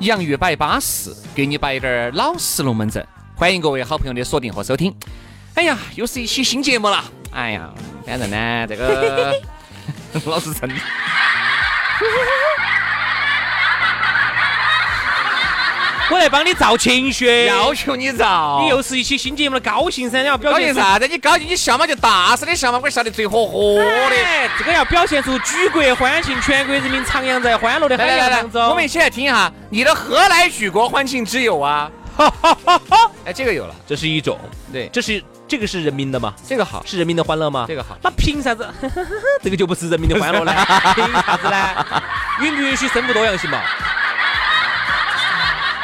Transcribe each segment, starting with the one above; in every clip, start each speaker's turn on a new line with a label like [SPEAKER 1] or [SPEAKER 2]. [SPEAKER 1] 洋芋摆巴适，给你摆点儿老实龙门阵。欢迎各位好朋友的锁定和收听。哎呀，又是一期新节目了。哎呀，反正呢，这 个老是真。
[SPEAKER 2] 我来帮你造情绪。
[SPEAKER 1] 要求哎你造，
[SPEAKER 2] 你又是一期新节目的高兴噻，你要表
[SPEAKER 1] 高
[SPEAKER 2] 现
[SPEAKER 1] 兴
[SPEAKER 2] 出？
[SPEAKER 1] 啥子？你高兴，你笑嘛就大声的笑嘛，我笑得醉火火的。
[SPEAKER 2] 哎，这个要表现出举国欢庆，全国人民徜徉在欢乐的海
[SPEAKER 1] 来来
[SPEAKER 2] 洋
[SPEAKER 1] 来
[SPEAKER 2] 当中。
[SPEAKER 1] 来，我们一起来听一下，你的何来举国欢庆之有 啊？哎，这个有了，
[SPEAKER 2] 这是一种，
[SPEAKER 1] 对，
[SPEAKER 2] 这是这个是人民的吗？
[SPEAKER 1] 这个好，
[SPEAKER 2] 是人民的欢乐吗？
[SPEAKER 1] 这个好。
[SPEAKER 2] 那凭啥子？ 这个就不是人民的欢乐了， 凭啥子呢？ 允不允许生物多样性嘛？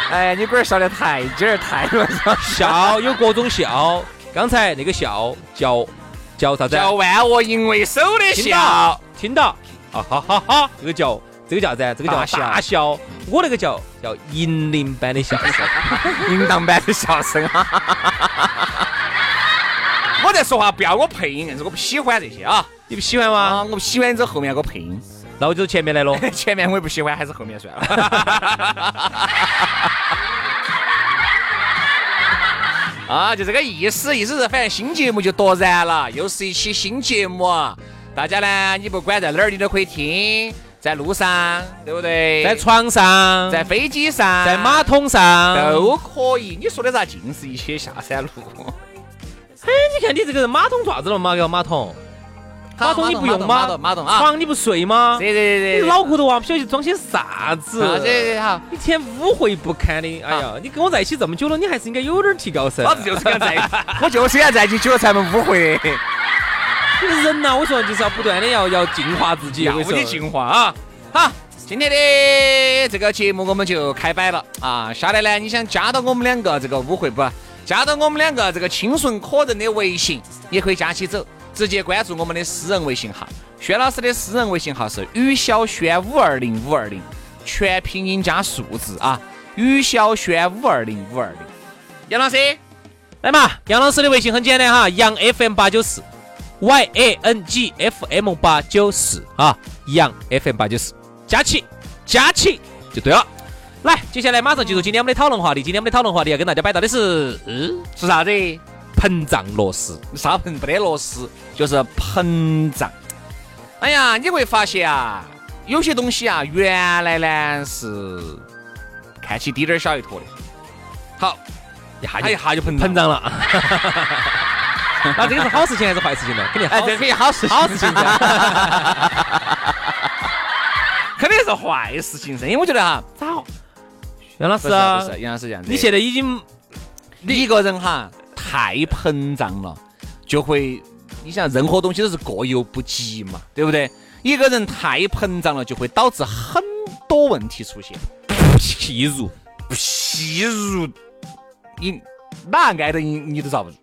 [SPEAKER 1] 哎，你龟儿笑得太劲儿太 了，
[SPEAKER 2] 笑有各种笑，刚才那个笑叫叫啥子？
[SPEAKER 1] 叫万恶淫为首的
[SPEAKER 2] 听到
[SPEAKER 1] 笑。
[SPEAKER 2] 听到，啊哈哈哈！这个叫这个叫啥子啊？这个叫
[SPEAKER 1] 大笑
[SPEAKER 2] 大笑，我那个叫叫银铃般的笑 声。
[SPEAKER 1] 淫荡版的笑声哈。 我在说话，不要给我配音，硬是我不喜欢这些啊。
[SPEAKER 2] 你不喜欢
[SPEAKER 1] 啊，
[SPEAKER 2] 吗？
[SPEAKER 1] 我不喜欢你走后面给我配音，
[SPEAKER 2] 那我就前面来喽。
[SPEAKER 1] 前面我也不喜欢，还是后面算了。 啊，就这个意思，意思是反正新节目就夺燃了，又是一期新节目，啊大家呢，你不管在哪儿，你都可以听，在路上，对不对？
[SPEAKER 2] 在床上，
[SPEAKER 1] 在飞机上，
[SPEAKER 2] 在马桶上。
[SPEAKER 1] 都可以。你说的咋尽是一些下山路？
[SPEAKER 2] 你看你这个人马桶爪子了嘛？个马桶，马桶你不用吗
[SPEAKER 1] 马桶马桶啊！
[SPEAKER 2] 床你不睡吗？
[SPEAKER 1] 对对
[SPEAKER 2] 你
[SPEAKER 1] 对对，
[SPEAKER 2] 脑壳头啊，不晓得装些啥子
[SPEAKER 1] 啊，对？啊对 好，
[SPEAKER 2] 一天污秽不堪的，哎呀，你跟我在一起这么久了，你还是应该有点提高噻。
[SPEAKER 1] 老
[SPEAKER 2] 啊
[SPEAKER 1] 子 就是跟他在一起，我就是跟他在一起久了才能误会的，
[SPEAKER 2] 这个人呐，我说就是要不断的要要净化自己，
[SPEAKER 1] 要
[SPEAKER 2] 我跟你
[SPEAKER 1] 你
[SPEAKER 2] 说
[SPEAKER 1] 进化啊！好，今天的这个节目我们就开摆了啊！下来呢，你想加到我们两个这个误会不？加到我们两个这个清纯可人的微信，也可以加起走，直接关注我们的私人微信号。轩老师的私人微信号是于小轩五二零五二零，全拼音加数字啊，于小轩五二零五二零。杨老师。
[SPEAKER 2] 来嘛，杨老师的微信很简单哈，杨 FM 八九四，Y A N G F M 八九四啊，杨 FM 八九四，加起加起就对了。来，接下来马上进入今天我们的讨论话题。今天我们的讨论话题要跟大家摆到的是嗯
[SPEAKER 1] 是啥子？
[SPEAKER 2] 膨胀螺丝。
[SPEAKER 1] 啥膨不得螺丝，就是膨胀。哎呀，你会发现啊，有些东西啊，原来呢是看起滴点儿小一坨的，好，
[SPEAKER 2] 一下
[SPEAKER 1] 它一
[SPEAKER 2] 就
[SPEAKER 1] 下就膨
[SPEAKER 2] 膨
[SPEAKER 1] 胀。
[SPEAKER 2] 胀了。那这个是好事情还是坏事情呢？肯定
[SPEAKER 1] 哎，
[SPEAKER 2] 好
[SPEAKER 1] 这
[SPEAKER 2] 事
[SPEAKER 1] 可以好事情，
[SPEAKER 2] 好事情啊噻。
[SPEAKER 1] 肯定是坏事情噻。因为我觉得哈，
[SPEAKER 2] 杨老
[SPEAKER 1] 不
[SPEAKER 2] 师
[SPEAKER 1] 是
[SPEAKER 2] 啊，
[SPEAKER 1] 不是，杨老师这样子，
[SPEAKER 2] 你现在已经
[SPEAKER 1] 你一个人哈太膨胀了，就会你想任何东西都是过犹不及嘛，对不对？一个人太膨胀了，就会导致很多问题出现。
[SPEAKER 2] 譬如
[SPEAKER 1] 譬如你哪挨着你，你都遭不住；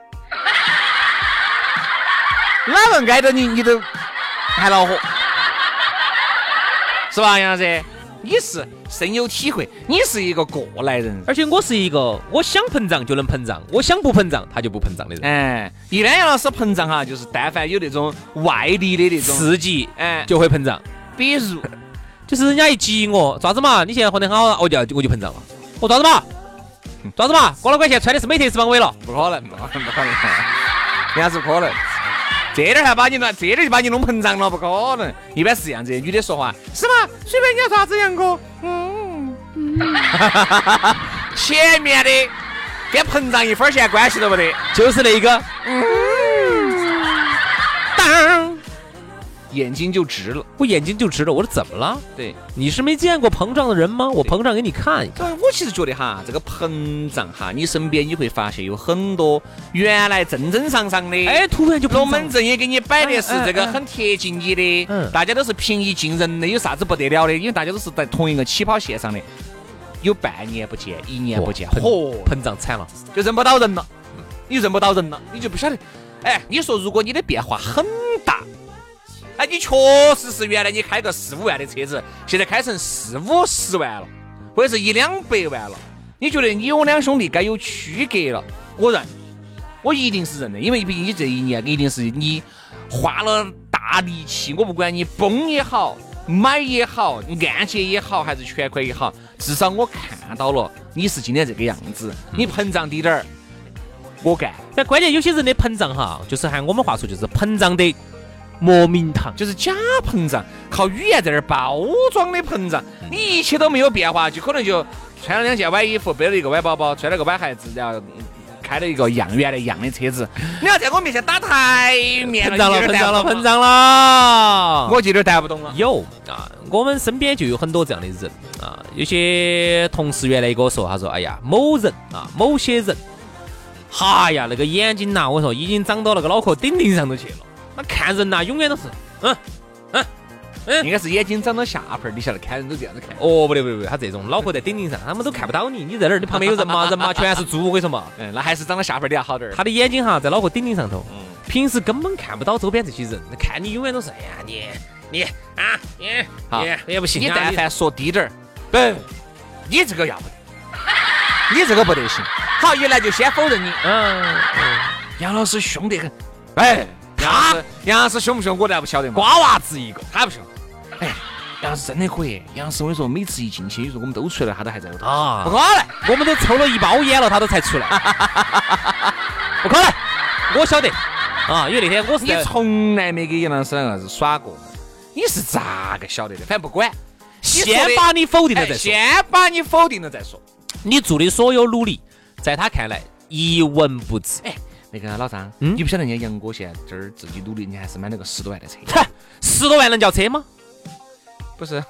[SPEAKER 1] 哪个挨着你，你都还恼火，是吧，杨老师？你是深有体会，你是一个过来人。
[SPEAKER 2] 而且我是一个我想膨胀就能膨胀，我想不膨胀它就不膨胀的人。
[SPEAKER 1] 哎，一般杨老师膨胀哈，就是但凡有那种外力的那种，
[SPEAKER 2] 刺激
[SPEAKER 1] 哎，
[SPEAKER 2] 就会膨胀。
[SPEAKER 1] 比如
[SPEAKER 2] 就是人家一激我，咋子嘛？你现在混得很好啊，我就我就膨胀了。我咋子嘛？咋子嘛？郭老倌现在穿的是美特斯邦威了。
[SPEAKER 1] 不可能，不可能，不可能，人家是不可能。这点儿还把你弄，这点儿就把你弄膨胀了，不可能。一般是这样子，女的说话是吗？随便你要啥子，杨哥。嗯，前面的跟膨胀一分钱关系都没得。
[SPEAKER 2] 就是那个，
[SPEAKER 1] 嗯
[SPEAKER 2] 当，
[SPEAKER 1] 眼睛就直了。
[SPEAKER 2] 我眼睛就直了。我说怎么了？
[SPEAKER 1] 对，
[SPEAKER 2] 你是没见过膨胀的人吗？我膨胀给你看一看。
[SPEAKER 1] 所以我其实觉得哈，这个膨胀哈，你身边你会发现有很多原来正正常常的，
[SPEAKER 2] 哎，突然就
[SPEAKER 1] 龙
[SPEAKER 2] 膨胀
[SPEAKER 1] 门
[SPEAKER 2] 了。
[SPEAKER 1] 阵也给你摆的是
[SPEAKER 2] 哎哎
[SPEAKER 1] 这个
[SPEAKER 2] 哎
[SPEAKER 1] 很贴近你的，
[SPEAKER 2] 嗯
[SPEAKER 1] 大家都是平易近人的，有啥子不得了的？因为大家都是在同一个起跑线上的。有半年不见，一年不见，
[SPEAKER 2] 哇
[SPEAKER 1] 嚯，
[SPEAKER 2] 膨胀惨了。
[SPEAKER 1] 就认不到人了，你认不到人了，你就不晓得。哎，你说如果你的变化很大，哎，你确实是原来你开个四五万的车子，现在开成四五十万了，或者是一两百万了，你觉得你我两兄弟该有区隔了？我认，我一定是认的，因为毕竟你这一年一定是你花了大力气，我不管你崩也好。买也好，按揭也好，还是全款也好，至少我看到了你是今天这个样子，你膨胀滴点儿，我干，
[SPEAKER 2] 但关键有些人的膨胀哈，就是喊我们话说就是膨胀的莫名堂。
[SPEAKER 1] 就是假膨胀，靠语言在那儿包装的膨胀，
[SPEAKER 2] 嗯
[SPEAKER 1] 你一切都没有变化，就可能就穿了两件歪衣服，背了一个歪包包，穿了个歪鞋子，然后嗯开了一个样原来样的车子。你要在我面前打台面
[SPEAKER 2] 膨胀了，
[SPEAKER 1] 你有
[SPEAKER 2] 膨
[SPEAKER 1] 点
[SPEAKER 2] 胀了，
[SPEAKER 1] 带不
[SPEAKER 2] 膨
[SPEAKER 1] 动了，
[SPEAKER 2] 胀了。
[SPEAKER 1] 我就有点带不动了。
[SPEAKER 2] 有啊，我们身边就有很多这样的人啊。有些同事原来跟我说，他说：“哎呀，某人啊，某些人，哎呀，那个眼睛呐、我说已经长到那个脑壳顶顶上头去了。那看人呐、永远都是，嗯，
[SPEAKER 1] 应该是眼睛长到下盘儿，你晓得看人都这样子看。
[SPEAKER 2] 哦，不对不对不对，他这种脑壳在顶顶上，他们都看不到你，你在那儿，你旁边有 人嘛，人嘛全是猪，我跟你说嘛。
[SPEAKER 1] 嗯，那还是长到下盘儿的要好点儿。
[SPEAKER 2] 他的眼睛哈在脑壳顶顶上头，
[SPEAKER 1] 嗯
[SPEAKER 2] 平时根本看不到周边这些人，看你永远都是，哎呀，你你啊，你
[SPEAKER 1] 好
[SPEAKER 2] 你也不行
[SPEAKER 1] 你
[SPEAKER 2] 啊，
[SPEAKER 1] 但凡说低点儿，不，你这个要不 得，你这个不得行。好，一来就先否认你。
[SPEAKER 2] 嗯。”
[SPEAKER 1] 杨老师凶得很，哎，杨老师，杨老师凶不凶？我倒不晓得嘛。瓜娃子一个，他不凶。哎，杨老师真的可以。杨老师，我跟你说，每次一进去，你说我们都出来了，他都还在屋头。
[SPEAKER 2] 啊
[SPEAKER 1] 不可能，
[SPEAKER 2] 我们都抽了一包烟了，他都才出来，不可能，我晓得啊，因为那天我是在
[SPEAKER 1] 你从来没给杨老师两个子耍过，你是咋个晓得的？反正不管，
[SPEAKER 2] 先把你否定了
[SPEAKER 1] 哎
[SPEAKER 2] 再说，
[SPEAKER 1] 先把你否定了再说。
[SPEAKER 2] 你做的所有努力，在他看来一文不值。
[SPEAKER 1] 哎，那个老张，
[SPEAKER 2] 嗯
[SPEAKER 1] 你不晓得人家杨哥现在这儿自己努力，人家还是买了个十多万的车。
[SPEAKER 2] 哼，十多万能叫车吗？
[SPEAKER 1] 不 是，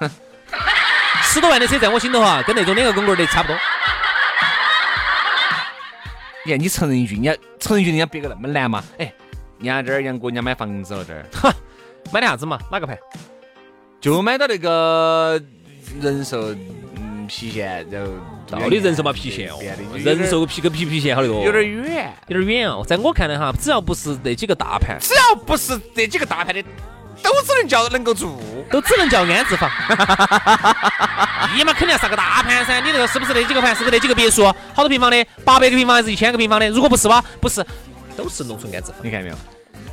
[SPEAKER 2] 十多万的车在我心头哈，跟那种两个滚棍儿的差不多。
[SPEAKER 1] 你看你承认一句，人家承认一句，人家别个那么难嘛？哎，人家这儿杨哥人家买房子了这 儿。
[SPEAKER 2] 买的啥子嘛？哪个牌？
[SPEAKER 1] 就买到那个人寿嗯郫县，然后
[SPEAKER 2] 到底人寿嘛皮线哦，人寿皮跟皮皮线好得多，
[SPEAKER 1] 有点远，
[SPEAKER 2] 有点远哦。在我看来哈，只要不是那几个大盘，
[SPEAKER 1] 只要不是这几个大牌的，都只能叫能够住。
[SPEAKER 2] 都只能叫安 置房。你嘛肯定要上个大盘噻，你那个是不是那几个盘，是不是那几个别墅，好多平方的，八百个平方还是一千个平方的？如果不是哇，不是，都是农村安置房。
[SPEAKER 1] 你看没有？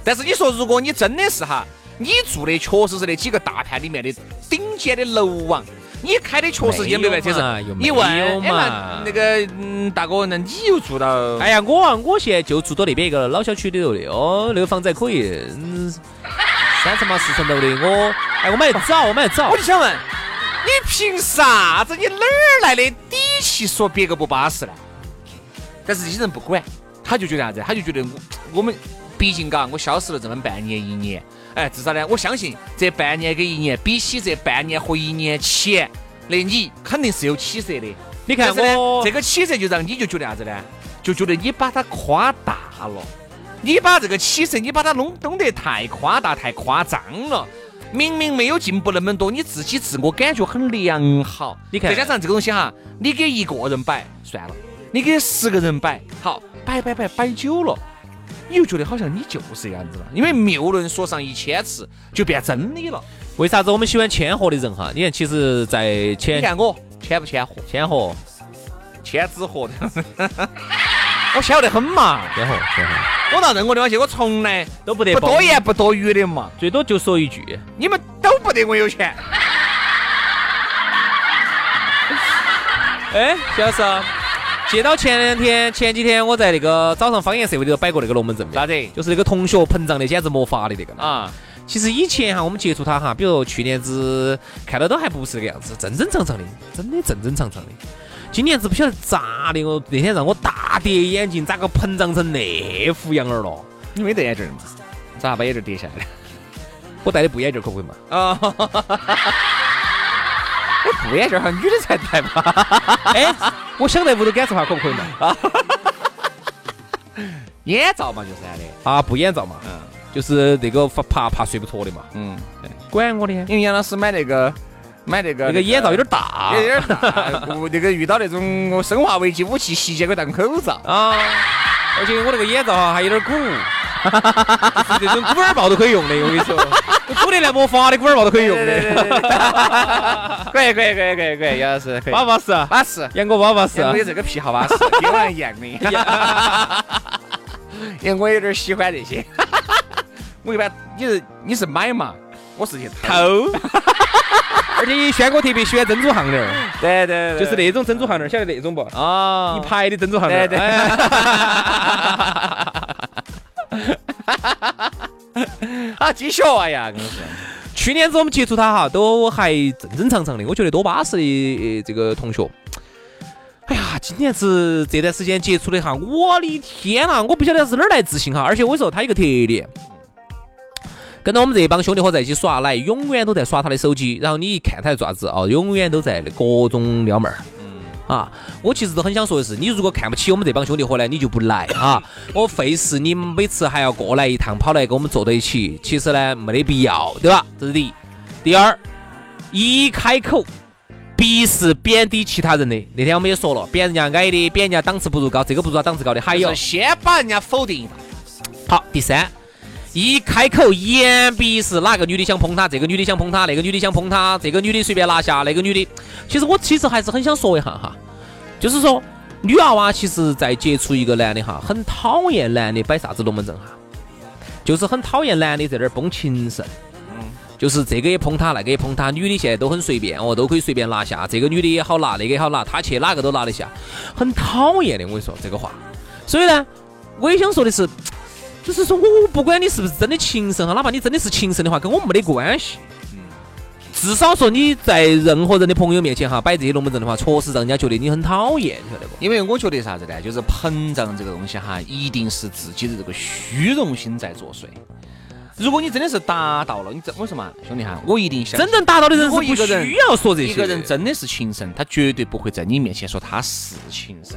[SPEAKER 1] 但是你说，如果你真的是哈，你住的确实是那几个大盘里面的顶尖的楼王，你开的确实也没完车
[SPEAKER 2] 没有嘛又
[SPEAKER 1] 子。
[SPEAKER 2] 没
[SPEAKER 1] 你
[SPEAKER 2] 有
[SPEAKER 1] 问哎
[SPEAKER 2] 嘛
[SPEAKER 1] 那那个嗯大哥，那你又住到？
[SPEAKER 2] 哎呀，我啊，我现在就住到那边一个老小区里头的，哦，那个房子还可以，嗯，三层嘛四层楼的，我，哎，我买的早，我买的早
[SPEAKER 1] 我就，想问，你凭啥子？你哪儿来的底气说别个不巴适呢？但是这些人不管，他就觉得啥子？他就觉得我我们毕竟嘎，我消失了这么半年一年，哎，至少呢，我相信这半年跟一年，比起这半年和一年前的你，肯定是有起色的。
[SPEAKER 2] 你看
[SPEAKER 1] 但是呢，
[SPEAKER 2] 我
[SPEAKER 1] 这个起色就让你就觉得啥子呢？就觉得你把它夸大了，你把这个起色，你把它弄弄得太夸大、太夸张了。明明没有进步那么多，你自己自我感觉很良好。
[SPEAKER 2] 你看
[SPEAKER 1] 再加上这个东西哈，你给一个人摆算了，你给十个人摆，好摆摆摆摆久了，你就觉得好像你就是这样子了。因为谬论说上一千次，就变真理了。
[SPEAKER 2] 为啥子我们喜欢谦和的人哈？你看，其实，在
[SPEAKER 1] 你
[SPEAKER 2] 谦
[SPEAKER 1] 看我谦不谦和？
[SPEAKER 2] 谦和，
[SPEAKER 1] 谦子和的， 我谦和得很嘛。
[SPEAKER 2] 谦和，谦和，
[SPEAKER 1] 我到任何地方去，我从来
[SPEAKER 2] 都不得
[SPEAKER 1] 不
[SPEAKER 2] 包
[SPEAKER 1] 多言不多语的嘛。
[SPEAKER 2] 最多就说一句，
[SPEAKER 1] 你们都不得我有钱，
[SPEAKER 2] 哎，徐老师啊，记到前两天、前几天我在那个早上方言社会里头摆过那个龙门阵没？
[SPEAKER 1] 啥子
[SPEAKER 2] 就是那个同学膨胀的简直没法的那个啊。
[SPEAKER 1] 啊？
[SPEAKER 2] 其实以前哈，我们接触他哈，比如去年子看到都还不是那个样子，正正常常的，真的正正常常的。今年子不晓得咋的，我那天让我大跌眼镜，咋个膨胀成那副样儿了？
[SPEAKER 1] 你没戴眼镜嘛？咋把眼镜跌下 来
[SPEAKER 2] 我戴的布眼镜可不可以嘛？
[SPEAKER 1] 了？啊，哎，不眼镜好像女的才戴吧？
[SPEAKER 2] 哎，我想在屋头感受下可不可以嘛？
[SPEAKER 1] 眼罩嘛，就是的。
[SPEAKER 2] 啊，不眼罩嘛，
[SPEAKER 1] 嗯
[SPEAKER 2] 就是那个怕怕怕睡不着的嘛。
[SPEAKER 1] 嗯，
[SPEAKER 2] 管我的，
[SPEAKER 1] 因为杨老师买那个买那个
[SPEAKER 2] 那个眼罩有点大
[SPEAKER 1] 有点大，我 那个遇到那种生化危机武器袭击，给我当口罩。
[SPEAKER 2] 啊，而且我那个眼罩哈还有点鼓，就是那种鼓耳帽都可以用的，我跟你说，鼓得来没法的鼓耳帽都
[SPEAKER 1] 哎
[SPEAKER 2] 可以用的，
[SPEAKER 1] 可以可以可以可以可以，杨老师可以。
[SPEAKER 2] 巴不巴适啊？
[SPEAKER 1] 巴适，
[SPEAKER 2] 杨哥巴不巴适啊
[SPEAKER 1] 我？有这个癖好巴适，跟我一样 的。因为我有点喜欢这些。 我一般你是你是买嘛，我是去偷。
[SPEAKER 2] 头。而且轩哥特别喜欢珍珠项链儿，
[SPEAKER 1] 对对
[SPEAKER 2] 就是那种珍珠项链儿，晓得那种不？
[SPEAKER 1] 啊
[SPEAKER 2] 一排的珍珠项链儿。
[SPEAKER 1] 对对
[SPEAKER 2] 哎
[SPEAKER 1] 啊，鸡血哎呀，硬是。
[SPEAKER 2] 去年子我们接触他哈，都还正正常常的，我觉得多巴适的呃这个同学。哎呀，今年子这段时间接触的哈，我的天呐、我不晓得是哪儿来自信哈，而且我跟你说他有个特点。跟到我们这帮兄弟伙在一起耍来，永远都在耍他的手机，然后你一看他在做啥子啊，永远都在各种撩妹儿。啊，我其实都很想说的是，你如果看不起我们这帮兄弟伙呢，你就不来啊！我费事你们每次还要过来一趟，跑来跟我们坐到一起，其实呢没得必要，对吧？这是第一。第二，一开口必是贬低其他人的。那天我们也说了，贬人家矮的，贬人家档次不如高，这个不如他档次高的，还有
[SPEAKER 1] 就是先把人家否定一下。
[SPEAKER 2] 好，第三，一开口言必是哪个女的想碰他，这个女的想碰他，那个女的想碰他，这个女的随便拿下，那个女的。其实我其实还是很想说一下哈，就是说女娃娃其实在接触一个男的哈，很讨厌男的摆啥子龙门阵哈，就是很讨厌男的在那儿绷情深。就是这个也捧他，那个也捧他，女的现在都很随便哦，都可以随便拿下，这个女的也好拿，那个也好拿，她去哪个都拿得下，很讨厌的。我跟你说这个话，所以呢，我也想说的是，就是说我不管你是不是真的情深哈，哪怕你真的是情深的话，跟我没得关系。至少说你在任何人的朋友面前哈，摆这些龙门阵的话，确实让人家觉得你很讨厌，晓得不？
[SPEAKER 1] 因为我觉得啥子呢？就是膨胀这个东西哈，一定是自己的这个虚荣心在作祟。如果你真的是达到了，你这我说嘛，啊兄弟哈，我一定相信
[SPEAKER 2] 真正达到的人是
[SPEAKER 1] 如果
[SPEAKER 2] 不
[SPEAKER 1] 一个人
[SPEAKER 2] 需要说这些
[SPEAKER 1] 一
[SPEAKER 2] 的
[SPEAKER 1] 个人真的是情深，他绝对不会在你面前说他是情深。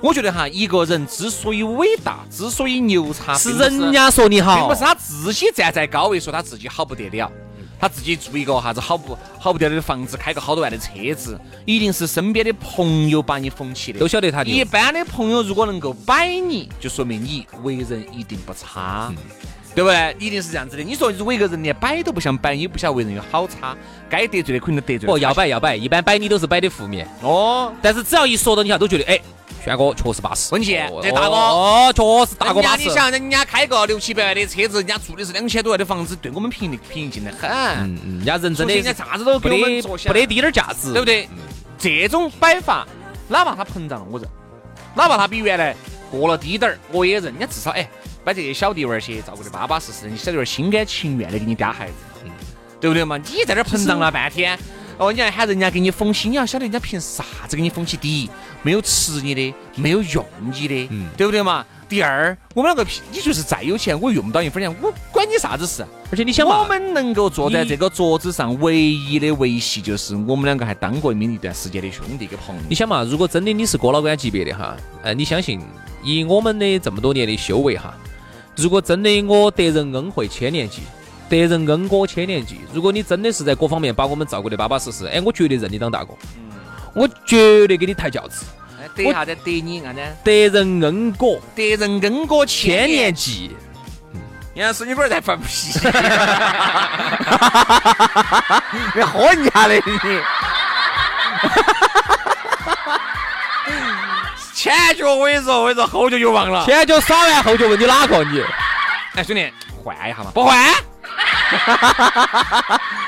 [SPEAKER 1] 我觉得哈，一个人之所以伟大，之所以牛叉，
[SPEAKER 2] 是
[SPEAKER 1] 并不
[SPEAKER 2] 人哦家说你
[SPEAKER 1] 并
[SPEAKER 2] 好
[SPEAKER 1] 不是，他啊自己站在高位说他自己好不得了，他自己住一个啥子好不好不得了的房子，开个好多万的车子，一定是身边的朋友把你捧起的。
[SPEAKER 2] 都晓得他
[SPEAKER 1] 一
[SPEAKER 2] 牛。
[SPEAKER 1] 般的朋友如果能够摆你，就说明你为人一定不差，
[SPEAKER 2] 嗯
[SPEAKER 1] 对不对？一定是这样子的。你说如果一个人连摆都不想摆，也不晓得为人有好差，该得罪的可能都得罪了。
[SPEAKER 2] 哦不要摆要摆，一般摆你都是摆的负面。
[SPEAKER 1] 哦，
[SPEAKER 2] 但是只要一说到你哈，都觉得哎，轩哥确实巴适。
[SPEAKER 1] 文杰
[SPEAKER 2] 哦
[SPEAKER 1] 这大哥
[SPEAKER 2] 哦，确实大
[SPEAKER 1] 人
[SPEAKER 2] 哥
[SPEAKER 1] 家
[SPEAKER 2] 巴
[SPEAKER 1] 你
[SPEAKER 2] 适。
[SPEAKER 1] 想，人家开个六七百万的车子，人家住的是两千多万的房子，对我们平的平静的很。
[SPEAKER 2] 嗯嗯，人家人真的
[SPEAKER 1] 说起人家啥子都
[SPEAKER 2] 不
[SPEAKER 1] 给我们
[SPEAKER 2] 得
[SPEAKER 1] 做下
[SPEAKER 2] 不得滴点儿嗯价值，
[SPEAKER 1] 对不？对？这种摆法，哪怕它膨胀了，我认；哪怕它比原来过了低点儿，我也认。人家至少哎，把这些小弟娃儿些照顾得巴巴适适，你小弟娃儿心甘情愿的给你嗲孩子，
[SPEAKER 2] 嗯
[SPEAKER 1] 对不对嘛？你在这儿膨胀了半天，哦，你还喊人家给你封起，你要晓得人家凭啥子给你封起？第一，没有吃你的，没有用你的，
[SPEAKER 2] 嗯
[SPEAKER 1] 对不对嘛？第二，我们两个屁，你就是再有钱，我也用不到你分钱，我管你啥子事。啊
[SPEAKER 2] 而且你想
[SPEAKER 1] 我
[SPEAKER 2] 嘛，
[SPEAKER 1] 们能够坐在
[SPEAKER 2] 你
[SPEAKER 1] 这个桌子上，唯一的维系就是我们两个还当过一名一段时间的兄弟跟朋友。
[SPEAKER 2] 你想嘛，如果真的你是哥老倌级别的哈，呃，你相信以我们的这么多年的修为哈，如果真的我得人恩惠千年记，得人恩哥千年记，如果你真的是在各方面把我们照顾得巴巴适适，哎，我绝对认你当大哥，我绝对给你抬轿子，
[SPEAKER 1] 哎得啥子？得你啥子？
[SPEAKER 2] 得人恩果
[SPEAKER 1] 得人恩哥
[SPEAKER 2] 千
[SPEAKER 1] 千
[SPEAKER 2] 年
[SPEAKER 1] 年。
[SPEAKER 2] 记。
[SPEAKER 1] 杨师，你龟儿在放屁！你喝人家的你。前脚我跟你说，我跟你说，后脚就忘了。
[SPEAKER 2] 前脚耍完，后脚问你哪个你？
[SPEAKER 1] 哎，兄弟，换一下嘛，不 换。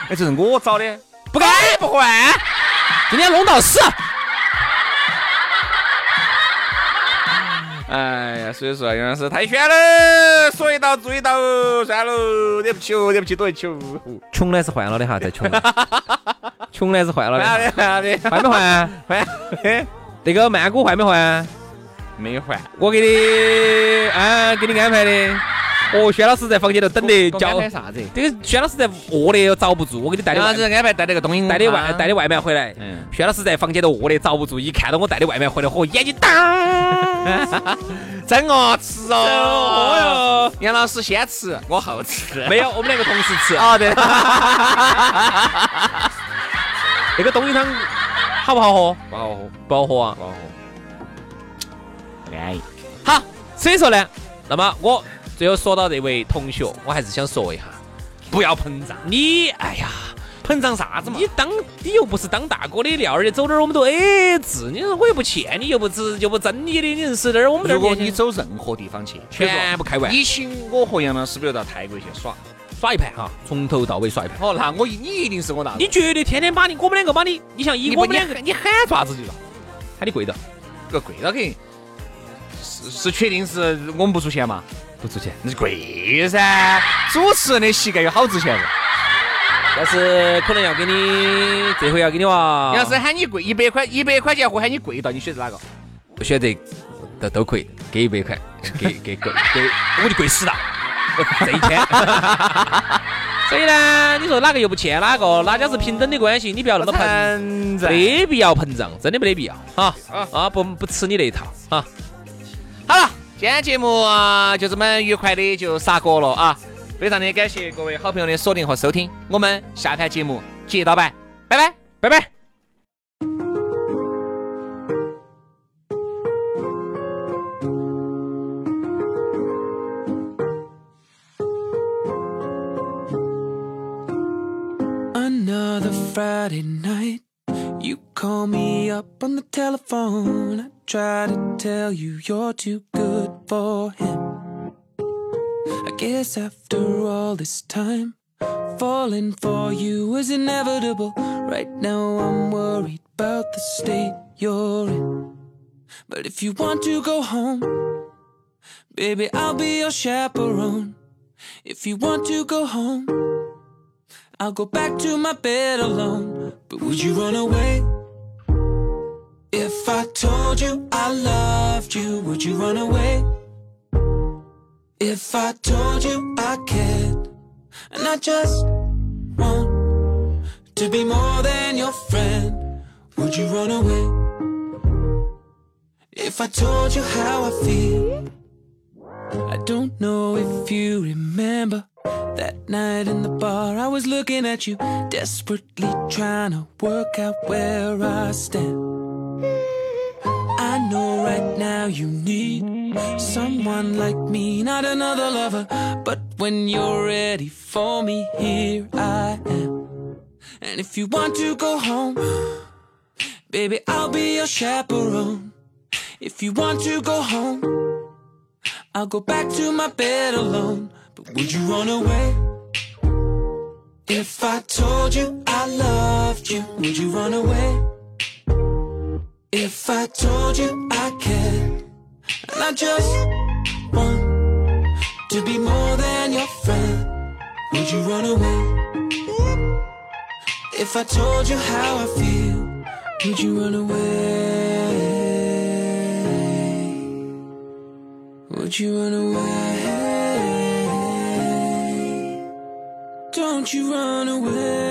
[SPEAKER 1] 哎，这是我找的，不该不换。
[SPEAKER 2] 今天弄到死，
[SPEAKER 1] 哎呀，所以说杨老师太悬了，说一道做一道哦，算喽，惹不起哦，惹不起躲一起哦。
[SPEAKER 2] 穷呢是换了的哈，再穷呢，穷呢是换了
[SPEAKER 1] 完
[SPEAKER 2] 的，
[SPEAKER 1] 了完 了
[SPEAKER 2] 换没换？
[SPEAKER 1] 完了，
[SPEAKER 2] 那个曼谷换没换？
[SPEAKER 1] 没换。
[SPEAKER 2] 我给你，啊，给你安排的。哦，轩老师在房间头等的，
[SPEAKER 1] 叫
[SPEAKER 2] 叫
[SPEAKER 1] 安排啥子？
[SPEAKER 2] 这个轩老师在饿的遭不住，我给你带的
[SPEAKER 1] 杨老
[SPEAKER 2] 外嗯
[SPEAKER 1] 师安排带了个冬阴功，
[SPEAKER 2] 带的外带的外卖回来。
[SPEAKER 1] 啊嗯
[SPEAKER 2] 轩老师在房间头饿的遭不住，一看到我带的外卖回来，嚯，眼睛当，
[SPEAKER 1] 真哦吃哦。
[SPEAKER 2] 哦
[SPEAKER 1] 杨老师先吃，我后吃。
[SPEAKER 2] 哟，没有，我们两个同时吃。
[SPEAKER 1] 啊， 对，
[SPEAKER 2] 那个冬阴汤好不好喝？不好喝，不好喝啊！不好喝。
[SPEAKER 1] 安逸。
[SPEAKER 2] 好，所以说呢，那么我最后说到这位同学，我还是想说一下，
[SPEAKER 1] 不要膨胀，
[SPEAKER 2] 你哎呀，
[SPEAKER 1] 膨胀啥子嘛？
[SPEAKER 2] 你当你又不是当大哥的料儿的，走哪儿我们都 A A 制，你说我又不欠你，又不是又不争你的，你硬是哪儿我们这儿
[SPEAKER 1] 如果你
[SPEAKER 2] 年轻
[SPEAKER 1] 走任何地方去，
[SPEAKER 2] 全部开完
[SPEAKER 1] 你请我和杨老师，比如到泰国去耍，
[SPEAKER 2] 耍一盘哈，从头到尾耍一盘，
[SPEAKER 1] 好，那我一你一定是我拿的。
[SPEAKER 2] 你绝对天天把你我们两个把你，你像以
[SPEAKER 1] 你
[SPEAKER 2] 我
[SPEAKER 1] 不
[SPEAKER 2] 们两个
[SPEAKER 1] 你喊爪子就了，
[SPEAKER 2] 喊你跪到，
[SPEAKER 1] 个跪到给。是是确定是我们不出钱嘛？
[SPEAKER 2] 不出钱。
[SPEAKER 1] 那就跪噻。主持人的膝盖有好值钱不？
[SPEAKER 2] 但是可能要给你，这回要给你哇。
[SPEAKER 1] 杨老师喊你跪一百块，一百块钱或喊你跪到，你选择哪个？
[SPEAKER 2] 我选择都都可以，给一百块，给给给给，我就跪死了，这一天。所以呢，你说哪个又不欠哪个，大家是平等的关系，你不要那么膨，
[SPEAKER 1] 膨胀
[SPEAKER 2] 没必要膨胀，真的没得必要哈
[SPEAKER 1] 啊
[SPEAKER 2] 啊！不不吃你那一套啊！
[SPEAKER 1] 好了，今天节目啊，就这么愉快的就杀过了啊！非常的感谢各位好朋友的锁定和收听，我们下盘节目接到摆，拜拜，拜拜。
[SPEAKER 3] Another Friday night. You call me up on the telephone. I try to tell you you're too good for him. I guess after all this time, falling for you was inevitable. Right now, I'm worried about the state you're in. But if you want to go home, baby, I'll be your chaperone. If you want to go home, I'll go back to my bed alone. But would you run away? If I told you I loved you, would you run away? If I told you I cared, and I just want to be more than your friend, would you run away? If I told you how I feel, I don't know if you remember that night in the bar. I was looking at you, desperately trying to work out where I stand. I know right now you need someone like me, not another lover. But when you're ready for me, here I am. And if you want to go home, baby, I'll be your chaperone. If you want to go home, I'll go back to my bed alone. But would you run away? If I told you I loved you, would you run away? If I told you I cared, and I just want to be more than your friend, would you run away? If I told you how I feel, would you run away? Would you run away? Don't you run away?